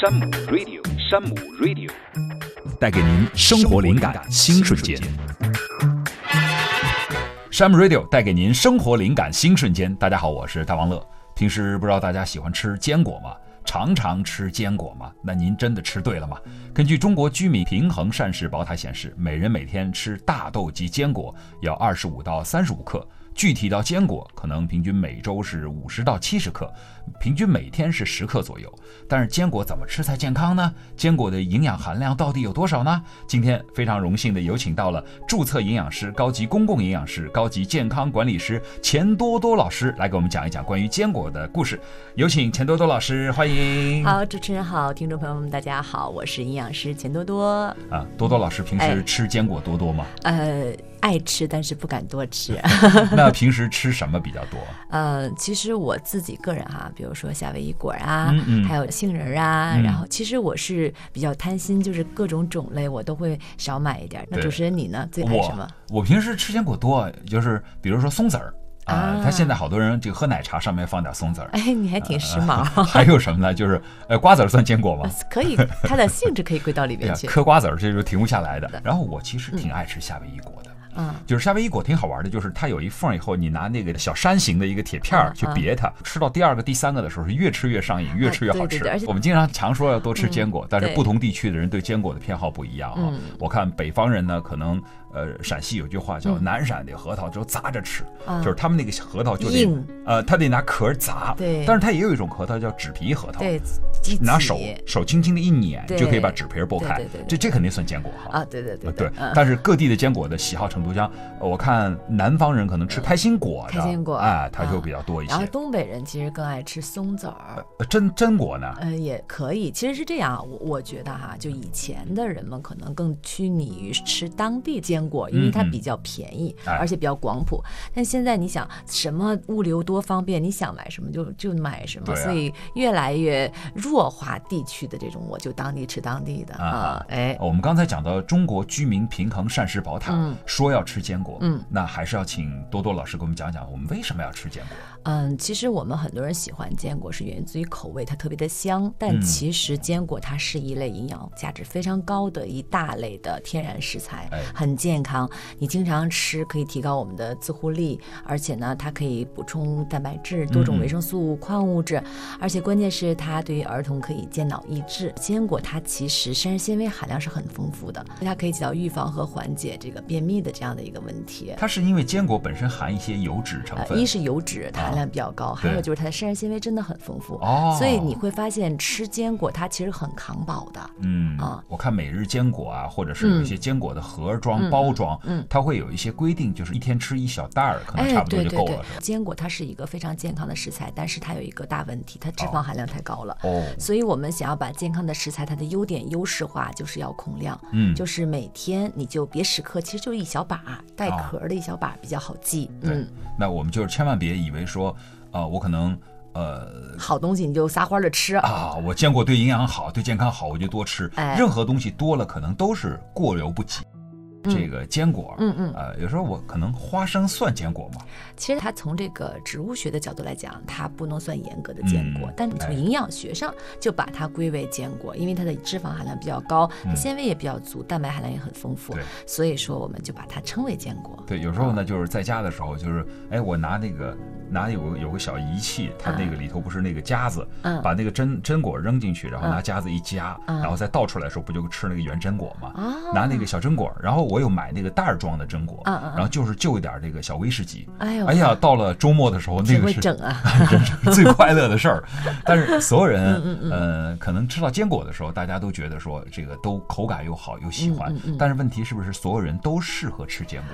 山姆 Radio，山姆 Radio，带给您生活灵感新瞬间。山姆 Radio 带给您生活灵感新瞬间。大家好，我是大王乐。平时不知道大家喜欢吃坚果吗？常常吃坚果吗？那您真的吃对了吗？根据中国居民平衡膳食宝塔显示，每人每天吃大豆及坚果要二十五到三十五克，具体到坚果，可能平均每周是五十到七十克，平均每天是十克左右。但是坚果怎么吃才健康呢？坚果的营养含量到底有多少呢？今天非常荣幸的有请到了注册营养师、高级公共营养师、高级健康管理师钱多多老师来给我们讲一讲关于坚果的故事。有请钱多多老师，欢迎。好，主持人好，听众朋友们，大家好，我是营养师钱多多。啊，多多老师平时哎吃坚果多多吗？呃，爱吃，但是不敢多吃。 那平时吃什么比较多？呃，其实我自己个人哈、比如说夏威夷果啊，嗯嗯还有杏仁儿啊，嗯然后其实我是比较贪心，就是各种种类我都会少买一点儿。那对主持人你呢？最爱什么 我？我平时吃坚果多，就是比如说松子儿啊啊，他现在好多人这个喝奶茶上面放点松子儿，哎，你还挺时髦，还有什么呢？就是呃瓜子儿算坚果吗？ 可以，它的性质可以归到里哎面呀，去。嗑瓜子儿这就停不下来的的。然后我其实挺爱吃夏威夷果的。嗯，就是夏威夷果挺好玩的，就是它有一缝儿以后，你拿那个小山形的一个铁片儿嗯去别它，吃到第二个、第三个的时候是越吃越上瘾，越吃越好对吃对对而且。嗯我们经常常说要多吃坚果，但是对不同地区的人对坚果的偏好不一样啊嗯。我看北方人呢，可能呃陕西有句话叫“嗯南闪的核桃只有砸着吃”，嗯就是他们那个核桃就得硬呃，他得拿壳儿砸。对但是它也有一种核桃叫纸皮核桃。对，自己哦拿手手轻轻的一碾，对就可以把纸皮儿剥开对对对，对这这肯定算坚果哈。啊，对对对呃，对，嗯但是各地的坚果的喜好程度，像呃我看南方人可能吃开心果的，开心果哎，它就啊比较多一些然后。东北人其实更爱吃松子儿。呃真真果呢？呃，也可以，其实是这样，啊我我觉得哈，就以前的人们可能更趋你于吃当地坚果，因为它嗯嗯比较便宜，哎而且比较广谱。但现在你想，什么物流多方便，你想买什么就就买什么，对啊所以越来越弱化地区的这种，我就当地吃当地的啊啊、哎。呃我们刚才讲到中国居民平衡膳食宝塔，嗯说要吃坚果，嗯，那还是要请多多老师给我们讲讲，我们为什么要吃坚果？嗯，其实我们很多人喜欢坚果是源自于口味，它特别的香。嗯但其实坚果它是一类营养价值非常高的一大类的天然食材哎，很健康。你经常吃可以提高我们的自护力，而且呢，它可以补充蛋白质、多种嗯维生素、矿物质，而且关键是它对于儿童可以健脑益智。坚果它其实膳食纤维含量是很丰富的，它可以起到预防和缓解这个便秘的这样的一个问题。它是因为坚果本身含一些油脂成呃，分，啊一是油脂它含量比较高，还有对就是它的膳食纤维真的很丰富，哦所以你会发现吃坚果它其实很扛饱的。嗯啊，我看每日坚果啊，或者是有一些坚果的盒装、包装，嗯它会有一些规定，就是一天吃一小袋儿，可能哎差，不多对就对够对了，是，吧？坚果它是一个非常健康的食材，但是它有一个大问题，它脂肪含量太高了。哦，所以我们想要把健康的食材它的优点优势化，就是要控量，嗯，就是每天你就别十克，其实就一小把带哦壳儿的一小把比较好记。对嗯，那我们就是千万别以为说，呃，我可能，呃。好东西你就撒欢儿的吃。啊，我坚果对营养好，对健康好，我就多吃。哎任何东西多了，可能都是过犹不及。这个坚果，嗯嗯。呃，有时候我可能花生算坚果吗？其实它从这个植物学的角度来讲，它不能算严格的坚果，嗯但从营养学上就把它归为坚果，因为它的脂肪含量比较高，它纤维也比较足，蛋白含量也很丰富嗯对，所以说我们就把它称为坚果。对，有时候呢，就是在家的时候，就是哎，我拿那个拿有个有个小仪器，它那个里头不是那个夹子，嗯把那个榛榛果扔进去，然后拿夹子一夹，嗯然后再倒出来的时候，不就吃那个原榛果吗？啊，拿那个小榛果，然后我有买那个袋儿装的榛果，嗯嗯嗯然后就是就一点那个小威士忌。哎呦，哎呀，到了周末的时候，那挺个会是 整啊，真是最快乐的事儿。但是所有人，嗯呃，可能吃到坚果的时候，大家都觉得说这个都口感又好又喜欢嗯嗯。嗯但是问题是不是所有人都适合吃坚果？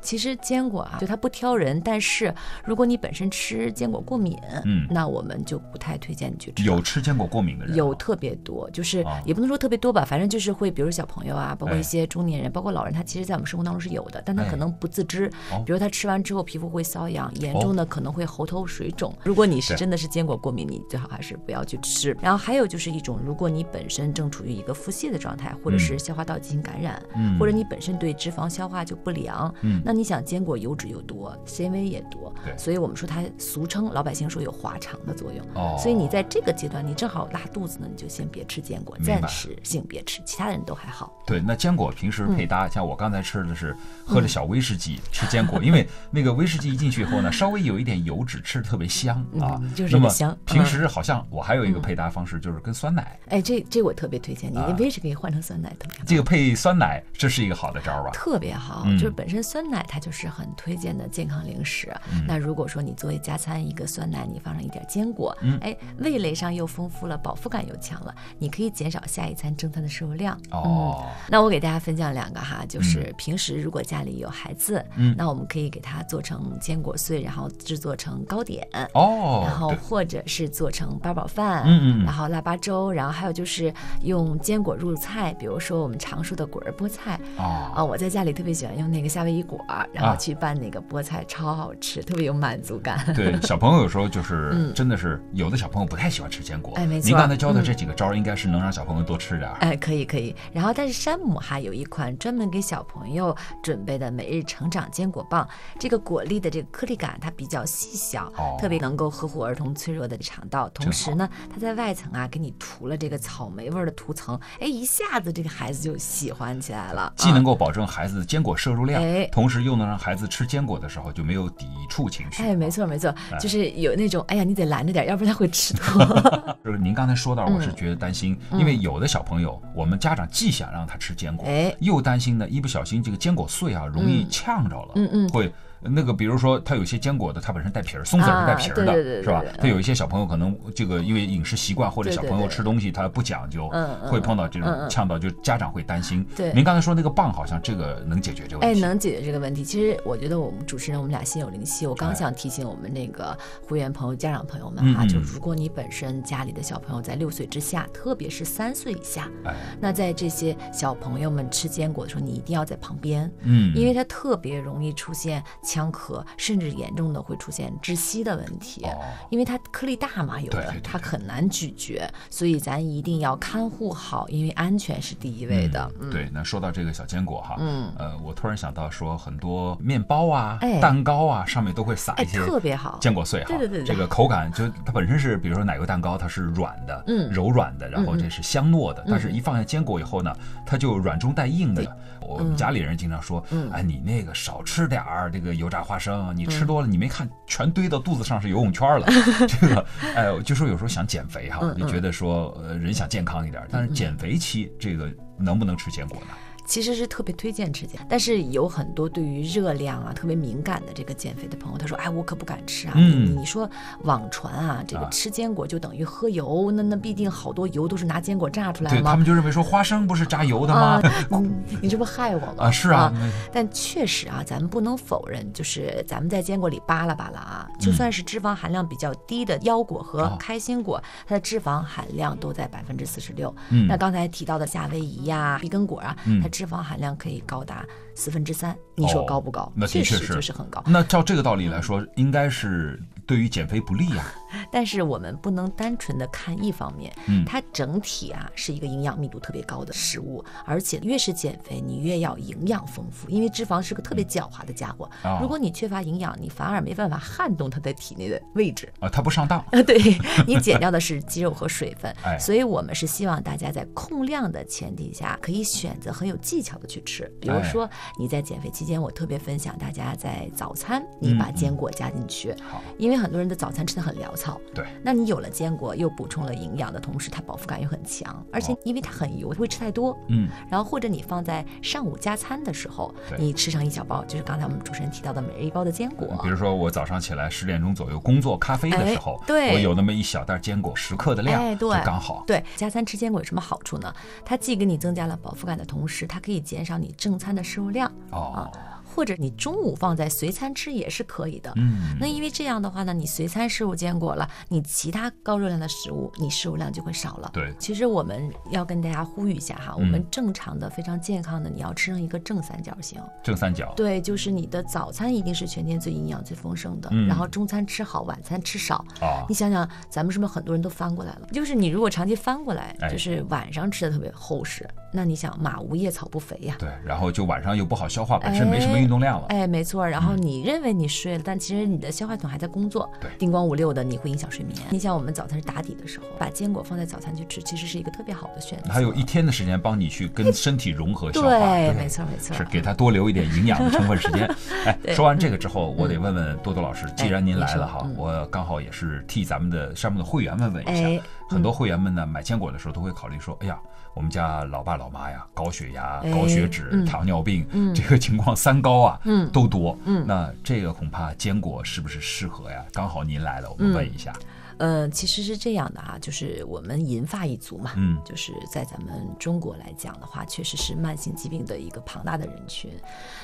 其实坚果啊，就它不挑人，但是如果你本身吃坚果过敏，嗯那我们就不太推荐你去吃。有吃坚果过敏的人吗，有特别多，就是啊也不能说特别多吧，反正就是会，比如小朋友啊，包括哎一些中年人，包括老人，他其实在我们生活当中是有的，但他哎可能不自知哦。比如他吃完之后皮肤会瘙痒，严哦重的可能会喉头水肿。如果你是对真的是坚果过敏，你最好还是不要去吃。然后还有就是一种，如果你本身正处于一个腹泻的状态，或嗯者是消化道进行感染，嗯或者你本身对脂肪消化就不良，嗯那你想，坚果油脂又多，纤维也多对，所以我们说它俗称老百姓说有滑肠的作用。哦所以你在这个阶段，你正好拉肚子呢，你就先别吃坚果，明白暂时性别吃，其他的人都还好。对，那坚果平时嗯配搭，像我刚才吃的是喝着小威士忌吃坚果，因为那个威士忌一进去以后 呢，稍微有一点油脂，吃的特别香啊嗯。就是那么香平嗯时好像我还有一个配搭方式，就是跟酸奶，哎，这这我特别推荐你，啊你威士忌换成酸奶怎么样？这个配酸奶，这是一个好的招儿吧？特别好，嗯就是本身酸奶它就是很推荐的健康零食。嗯那如果说你作为加餐一个酸奶，你放上一点坚果，嗯哎，味蕾上又丰富了，饱腹感又强了，你可以减少下一餐正餐的摄入量。哦嗯，那我给大家分享两个哈，就是平时如果家里有孩子，嗯那我们可以给他做成坚果碎，然后制作成糕点。然哦，后对，或者是做成八宝饭，嗯嗯嗯然后腊八粥，然后还有就是用坚果入菜，比如说我们常说的果仁菠菜，哦，啊，我在家里特别喜欢用那个夏威夷果儿，然啊后去拌那个菠菜，超好吃，特别有满足感。对，小朋友有时候就是真的是有的小朋友不太喜欢吃坚果，嗯哎没错您刚才教的这几个招儿，应该是能让小朋友多吃点儿。哎，可以可以。然后，但是山姆哈有一款专门给小朋友准备的每日成长坚果棒，这个果粒的这个颗粒感它比较细小，哦特别能够呵护儿童脆弱的肠道。同时呢，它在外层啊给你涂了这个草莓味儿的涂层，哎，一下子这个孩子就喜欢起来了。既啊能够保证孩子坚果摄入量哎，同时又能让孩子吃坚果的时候就没有抵触情绪。哎，没啊错没错哎，就是有那种，哎呀，你得拦着点儿，要不然他会 吃多。就是您刚才说到，我嗯是觉得担心，因为有的小朋友，我们家长既想让他吃坚果，哎又担心呢，一不小心这个坚果碎啊，容易呛着了，嗯嗯会。那个，比如说，它有些坚果的，它本身带皮儿，松子儿是带皮儿的，啊对对对是吧对对？对它有一些小朋友可能这个因为饮食习惯或者对小对朋友对吃东西他不讲究，嗯嗯会碰到这嗯种嗯呛到，就家长会担心。对您刚才说那个棒，好像这个能解决这个哎，问题。能解决这个问题。其实我觉得我们主持人我们俩心有灵犀。我哎刚想提醒我们那个会员朋友、家长朋友嗯们哈、啊嗯就如果你本身家里的小朋友在六岁之下，特别是三岁以下，哎，那在这些小朋友们吃坚果的时候，你一定要在旁边，嗯，因为它特别容易出现呛咳，甚至严重的会出现窒息的问题。哦因为它颗粒大嘛，有对对的对它很难咀嚼，所以咱一定要看护好，因为安全是第一位的。嗯，对，那说到这个小坚果哈，嗯呃，我突然想到说，很多面包啊、哎蛋糕啊，上面都会撒哎，一些特别好。坚果碎哈，对对对对这个口感就它本身是，比如说奶油蛋糕，它是软的，嗯柔软的，然后这是香糯的，但是一放下坚果以后呢，它就软中带硬的。我们家里人经常说，嗯哎，你那个少吃点儿这个油炸花生，你吃多嗯了，你没看全堆到肚子上是游泳圈 了。这个，哎，我就说有时候想减肥哈，嗯就觉得说，呃，人想健康一点，但是减肥期这个能不能吃坚果呢？其实是特别推荐吃坚，但是有很多对于热量啊特别敏感的这个减肥的朋友，他说：“哎，我可不敢吃啊！”嗯你你说网传啊，这啊个吃坚果就等于喝油，那那必定好多油都是拿坚果炸出来对他吗？们就认为说花生不是炸油的吗啊？，你你这不害我吗？啊，是啊，但确实啊，咱们不能否认，就是咱们在坚果里扒拉扒拉啊，嗯就算是脂肪含量比较低的腰果哦和开心果，它的脂肪含量都在百分之四十六。嗯那刚才提到的夏威夷呀、碧根果啊嗯，哦它脂肪含量可以高达四分之三，你说高不高？那的确确实是就是很高。那照这个道理来说，应该是对于减肥不利呀、但是我们不能单纯的看一方面，嗯它整体啊是一个营养密度特别高的食物，而且越是减肥，你越要营养丰富，因为脂肪是个嗯特别狡猾的家伙，哦如果你缺乏营养，你反而没办法撼动它在体内的位置。啊，它不上当。 啊，对你减掉的是肌肉和水分哎，所以我们是希望大家在控量的前提下，可以选择很有技巧的去吃。比如哎说你在减肥期间，我特别分享大家在早餐你把嗯嗯坚果加进去，好，因为很多人的早餐吃的很潦草，对，那你有了坚果，又补充了营养的同时，它饱腹感又很强，而且哦因为它很油，不会吃太多。嗯，然后或者你放在上午加餐的时候对，嗯你吃上一小包，就是刚才我们主持人提到的每日一包的坚果。比如说我早上起来十点钟左右工作咖啡的时候，哎对我有那么一小袋坚果，十克的量，哎对就刚好。对，加餐吃坚果有什么好处呢？它既给你增加了饱腹感的同时，它可以减少你正餐的摄入量，啊哦，或者你中午放在随餐吃也是可以的。嗯，那因为这样的话呢，你随餐摄入坚果了，你其他高热量的食物，你摄入量就会少了。对嗯其实我们要跟大家呼吁一下哈，我们正常的、非常健康的，你要吃成一个正三角形。正三角。对，就是你的早餐一定是全天最营养、最丰盛的，嗯然后中餐吃好，晚餐吃少。啊你，想想，咱们是不是很多人都翻过来了？就是你如果长期翻过来哎，就是晚上吃的特别厚实，那你想，马无夜草不肥呀、对，然后就晚上又不好消化，本身没什么运动量了。哎，没错。然后你认为你睡了，但其实你的消化系统还在工作。嗯对叮光五六的你会影响睡眠。你想，我们早餐是打底的时候，把坚果放在早餐去吃，其实是一个特别好的选择。还有一天的时间帮你去跟身体融合消化，对，没错没错。是给他多留一点营养的成分时 间。哎，对哎说完这个之后，我得问问多多老师，既然您来了哈您，说嗯我刚好也是替咱们的上面的会员们问一哎下，很多会员们呢买坚果的时候都会考虑说，哎呀，我们家老爸老妈呀，高血压、哎高血脂、嗯糖尿病嗯这个情况三高啊嗯，都多，嗯那这个恐怕坚果是不是适合呀？刚好您来了，我们问一下，呃，其实是这样的啊，就是我们银发一族嘛，嗯就是在咱们中国来讲的话，确实是慢性疾病的一个庞大的人群。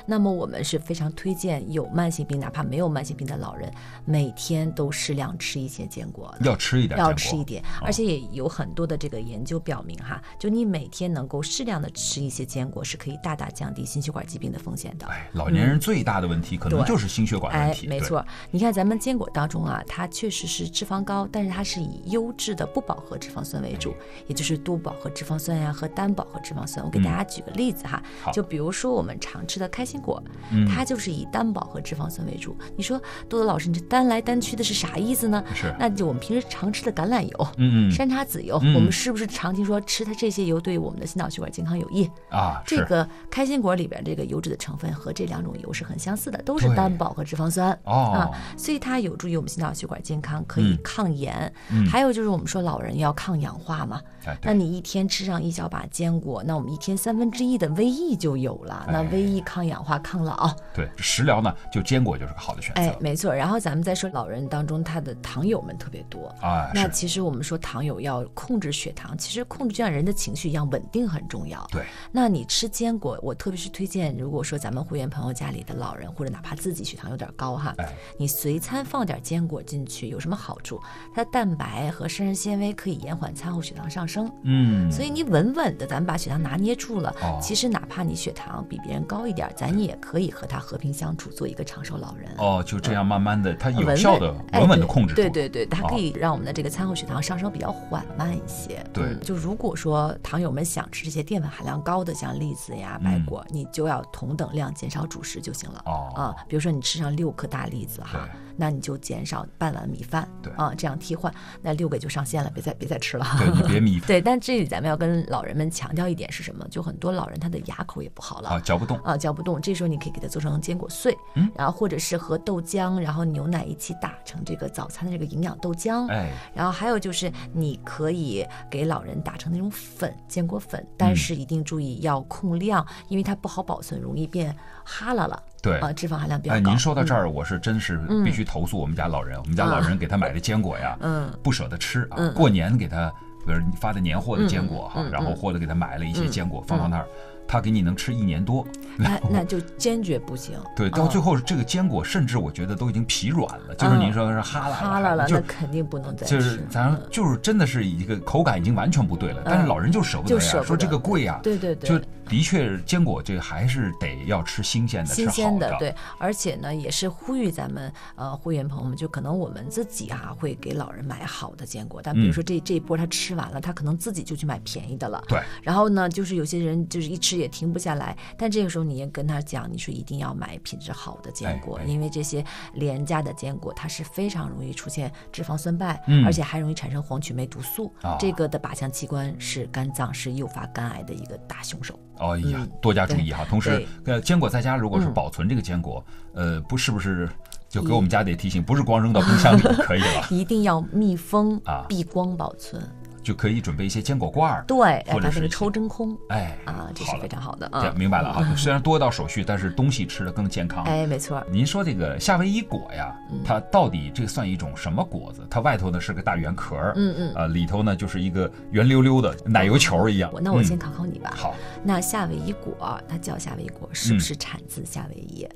那么我们是非常推荐有慢性病，哪怕没有慢性病的老人，每天都适量吃一些坚果的。要吃一点，要吃一。点，而且也有很多的这个研究表明哈，就你每天能够适量的吃一些坚果，是可以大大降低心血管疾病的风险的。哎，老年人最大的问题可能嗯对就是心血管问哎题，，没对错，你看咱们坚果当中啊，它确实是脂肪高，但是它是以优质的不饱和脂肪酸为主，也就是多饱和脂肪酸呀、和单饱和脂肪酸。我给大家举个例子哈，嗯好就比如说我们常吃的开心果，嗯它就是以单饱和脂肪酸为主。你说多多老师，你这单来单去的是啥意思呢？是那就我们平时常吃的橄榄油。嗯嗯山楂籽油，嗯我们是不是常听说吃它这些油对我们的心脑血管健康有益？啊，这是个开心果里边这个油脂的成分和这两种油是很相似的，都是对单饱和脂肪酸。啊哦，，所以它有助于我们心脑血管健康，可以嗯抗炎。嗯还有就是我们说老人要抗氧化嘛，哎，对那你一天吃上一小把坚果，那我们一天三分之一的 VE 就有了。那哎 VE 抗氧化、抗老，对，食疗呢，就坚果就是个好的选择。哎，没错。然后咱们再说老人当中他的糖友们特别多。啊，那是，其实我们说糖友要控制血糖，其实控制就像人的情绪一样稳定很重要。对，那你吃坚果，我特别是推荐，如果说咱们会员朋友家里的老人，或者哪怕自己血糖有点高哈，哎，你随餐放点坚果进去有什么好处？它的蛋白和膳食纤维可以延缓餐后血糖上升，嗯，所以你稳稳的，咱们把血糖拿捏住了。哦其实哪怕你血糖比别人高一点，咱也可以和它和平相处，做一个长寿老人。哦，就这样慢慢的，它稳有稳效的、哎稳稳的控制住。啊对对对，它可以让我们的这个餐后血糖上升比较缓慢一些。对嗯就如果说糖友们想吃这些淀粉含量高的，像栗子呀、嗯白果，你就要同等量减少主食就行了。哦啊，，比如说你吃上六颗大栗子哈对，那你就减少半碗米饭，对啊，这样替换，那六个就上限了，别再别再吃了。对你别米 对，但这里咱们要跟老人们强调一点是什么？就很多老人他的牙口也不好了，啊，嚼不动。啊，嚼不动，这时候你可以给它做成坚果碎，嗯然后或者是和豆浆，然后牛奶一起打成这个早餐的这个营养豆浆，哎，然后还有就是你可以给老人打成那种粉，坚果粉，但嗯是一定注意要控量，因为它不好保存，容易变哈喇了，对啊、。脂肪含量比较高。嗯啊哎，您说到这儿，我是真是必须投诉我们家老人。我们家老人给他买的坚果呀，嗯，不舍得吃啊。嗯过年给他，比如你发的年货的坚果哈，嗯嗯嗯然后或者给他买了一些坚果、嗯放到那儿，他给你能吃一年多。那 那就坚决不行。对，到嗯最后这个坚果甚至我觉得都已经疲软了，就是您说是哈喇哦哈喇了，就那是肯定不能再吃。就是咱嗯就是真的是一个口感已经完全不对了，但是老人就舍不得就舍呀，不得说这个贵呀，对对对，就的确坚果这个还是得要吃新鲜的，新鲜吃好的，，对，而且呢，也是呼吁咱们呃会员朋友们，就可能我们自己哈、会给老人买好的坚果，但比嗯如说这、这一波他吃完了，他可能自己就去买便宜的了。对，然后呢，就是有些人就是一吃也停不下来，但这个时候你也跟他讲，你说一定要买品质好的坚果，哎哎因为这些廉价的坚果它是非常容易出现脂肪酸败，嗯而且还容易产生黄曲霉毒素，啊这个的靶向器官是肝脏，是诱发肝癌的一个大凶手。哦哎呀嗯，多加注意哈。同时对，呃，坚果在家如果是嗯保存这个坚果，呃，不是不是就给我们家得提醒，不是光扔到冰箱里就可以了，一定要密封啊避光保存。就可以准备一些坚果罐儿，对，或者把那是个一些抽真空哎，啊，这好是了非常好的这啊。明白了 啊。虽然多一道手续，但是东西吃的更健康。哎，没错儿，您说这个夏威夷果呀，嗯它到底这算一种什么果子？它外头呢是个大圆壳儿，嗯嗯啊，里头呢就是一个圆溜溜的奶油球儿一样我。那我先嗯考考你吧。好，那夏威夷果，它叫夏威夷果，是嗯不是产自夏威夷？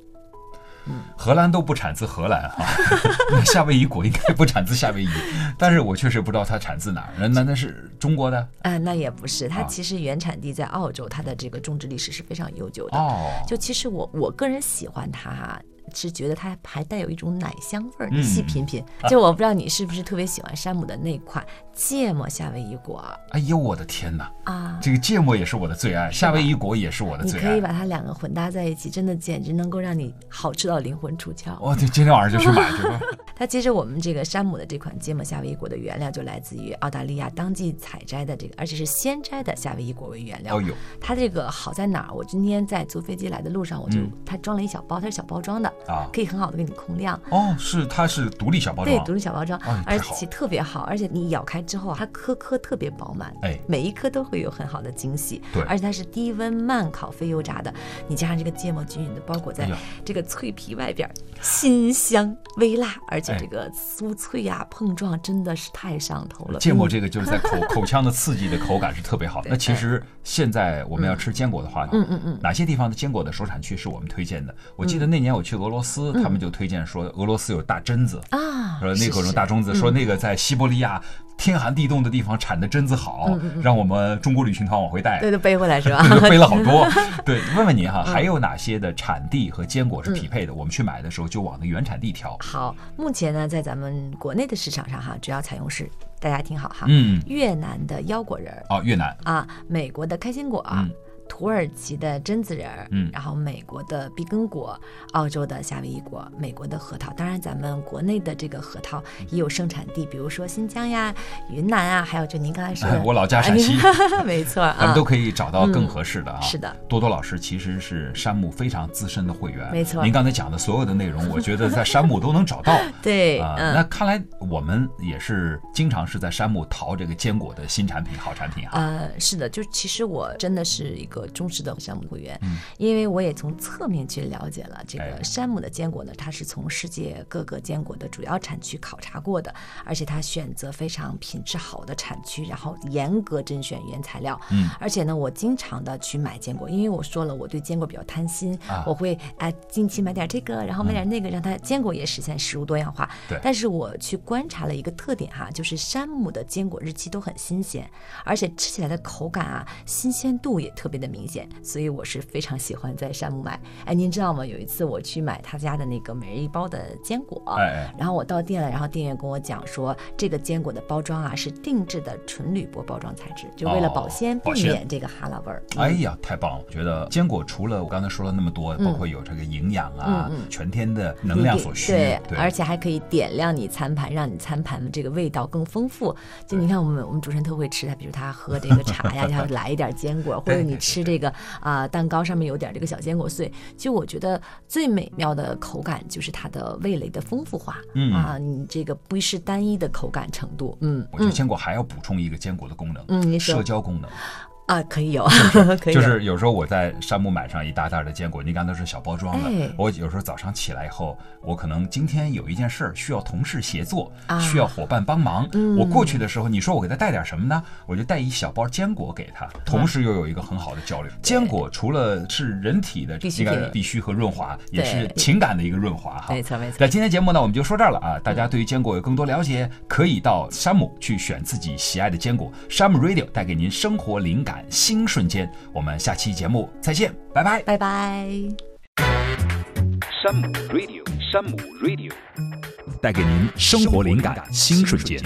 荷兰都不产自荷 兰哈，那夏威夷果应该不产自夏威夷，但是我确实不知道它产自哪儿。那那那是中国的啊，那也不是，它啊其实原产地在澳洲，它的这个种植历史是非常悠久的。哦，就其实我我个人喜欢它哈。是觉得它还带有一种奶香味儿。嗯你细品品，就我不知道你是不是特别喜欢山姆的那款芥末夏威夷果儿哎呦我的天哪，啊。这个芥末也是我的最爱，夏威夷果也是我的你最可以爱。把它两个混搭在一起，真的简直能够让你好吃到灵魂出窍。我哦对，今天晚上就去 买去吧。它其实我们这个山姆的这款芥末夏威夷果的原料就来自于澳大利亚当季采摘的这个，而且是鲜摘的夏威夷果为原料哦。呦，它这个好在哪儿？我今天在坐飞机来的路上，我就、它装了一小包，它是小包装的嗯啊可以很好的给你控量。哦，是它是独立小包对装，，独立小包装，哎太而好了且特别好，而且你咬开之后啊，它颗颗特别饱满，哎每一颗都会有很好的惊喜。对而且它是低温慢烤非油炸的，你加上这个芥末均匀的包裹哎在呀这个脆皮外边儿，辛香微辣，而且哎这个酥脆呀、碰撞真的是太上头了。芥末嗯这个就是在口 口腔的刺激的口感是特别好的。那其实现在我们要吃坚果的话，嗯嗯嗯，哪些地方的坚果的首产区是我们推荐的？我记得那年我去俄罗斯，他们就推荐说俄罗斯有大榛子，啊，说呃那是口中是大榛子，说那个在西伯利亚天寒地冻的地方产的榛子好，让我们中国旅行团往回带。对，都背回来是吧？ 对， 都背了好多。对，问问您哈，还有哪些的产地和坚果是匹配的？我们去买的时候就往那原产地挑。好，目前呢，在咱们国内的市场上哈，主要采用是大家听好哈，嗯，越南的腰果仁儿哦，越南，啊，美国的开心果。嗯土耳其的榛子仁儿，嗯然后美国的碧根果，澳洲的夏威夷果，美国的核桃，当然咱们国内的这个核桃也有生产地，比如说新疆呀、云南啊，还有就您刚才说 的，哎啊我老家陕哎西， 没错儿咱啊们，都可以找到更合适的啊。是的，多多老师其实是山姆非常资深的会员，没错您刚才讲的所有的内容，我觉得在山姆都能找到。 对，啊、嗯那看来我们也是经常是在山姆淘这个坚果的新产品、好产品哈。啊呃，是的，就其实我真的是一个忠实的山姆会员，因为我也从侧面去了解了这嗯哎个山姆的坚果呢，它是从世界各个坚果的主要产区考察过的，而且它选择非常品质好的产区，然后严格甄选原材料。嗯，而且呢，我经常的去买坚果，因为我说了我对坚果比较贪心，啊嗯我会哎近期买点这个，然后买点那个，让它坚果也实现食物多样化。对但是我去观察了一个特点哈，就是山姆的坚果日期都很新鲜，而且吃起来的口感啊，新鲜度也特别的明显，所以我是非常喜欢在山姆买。哎，您知道吗？有一次我去买他家的那个每日一包的坚果，哎哎，然后我到店了，然后店员跟我讲说，这个坚果的包装啊是定制的纯铝箔包装材质，就为了哦保鲜，保避鲜免这个哈喇味儿。哎呀，太棒了！觉得坚果除了我刚才说了那么多，嗯包括有这个营养啊、全天的能量所需，对，对，而且还可以点亮你餐盘，让你餐盘这个味道更丰富。就你看，我们我们主持人特会吃它，比如他喝这个茶 呀，他来一点坚果，或者你吃这个啊、蛋糕上面有点这个小坚果碎。就我觉得最美妙的口感就是它的味蕾的丰富化，嗯啊，你这个不是单一的口感程度，嗯我觉得坚果还要补充一个坚果的功能，嗯你说社交功能。啊，可以有， 可以就有，是有时候我在山姆买上一大袋的坚果，你刚才是小包装的，哎我有时候早上起来以后，我可能今天有一件事儿需要同事协作，啊嗯需要伙伴帮忙，我过去的时候，你说我给他带点什么呢？我就带一小包坚果给他，同时又有一个很好的交流。坚果除了是人体的嗯必需这个品必须和润滑，也是对情感的一个润滑哈。没错没错。那今天节目呢，我们就说这儿了啊！大家对于坚果有更多了解，可以到山姆去选自己喜爱的坚果。山姆 Radio 带给您生活灵感新瞬间，我们下期节目再见，拜拜。拜拜。 some radio some radio 带给您生活灵感新瞬间。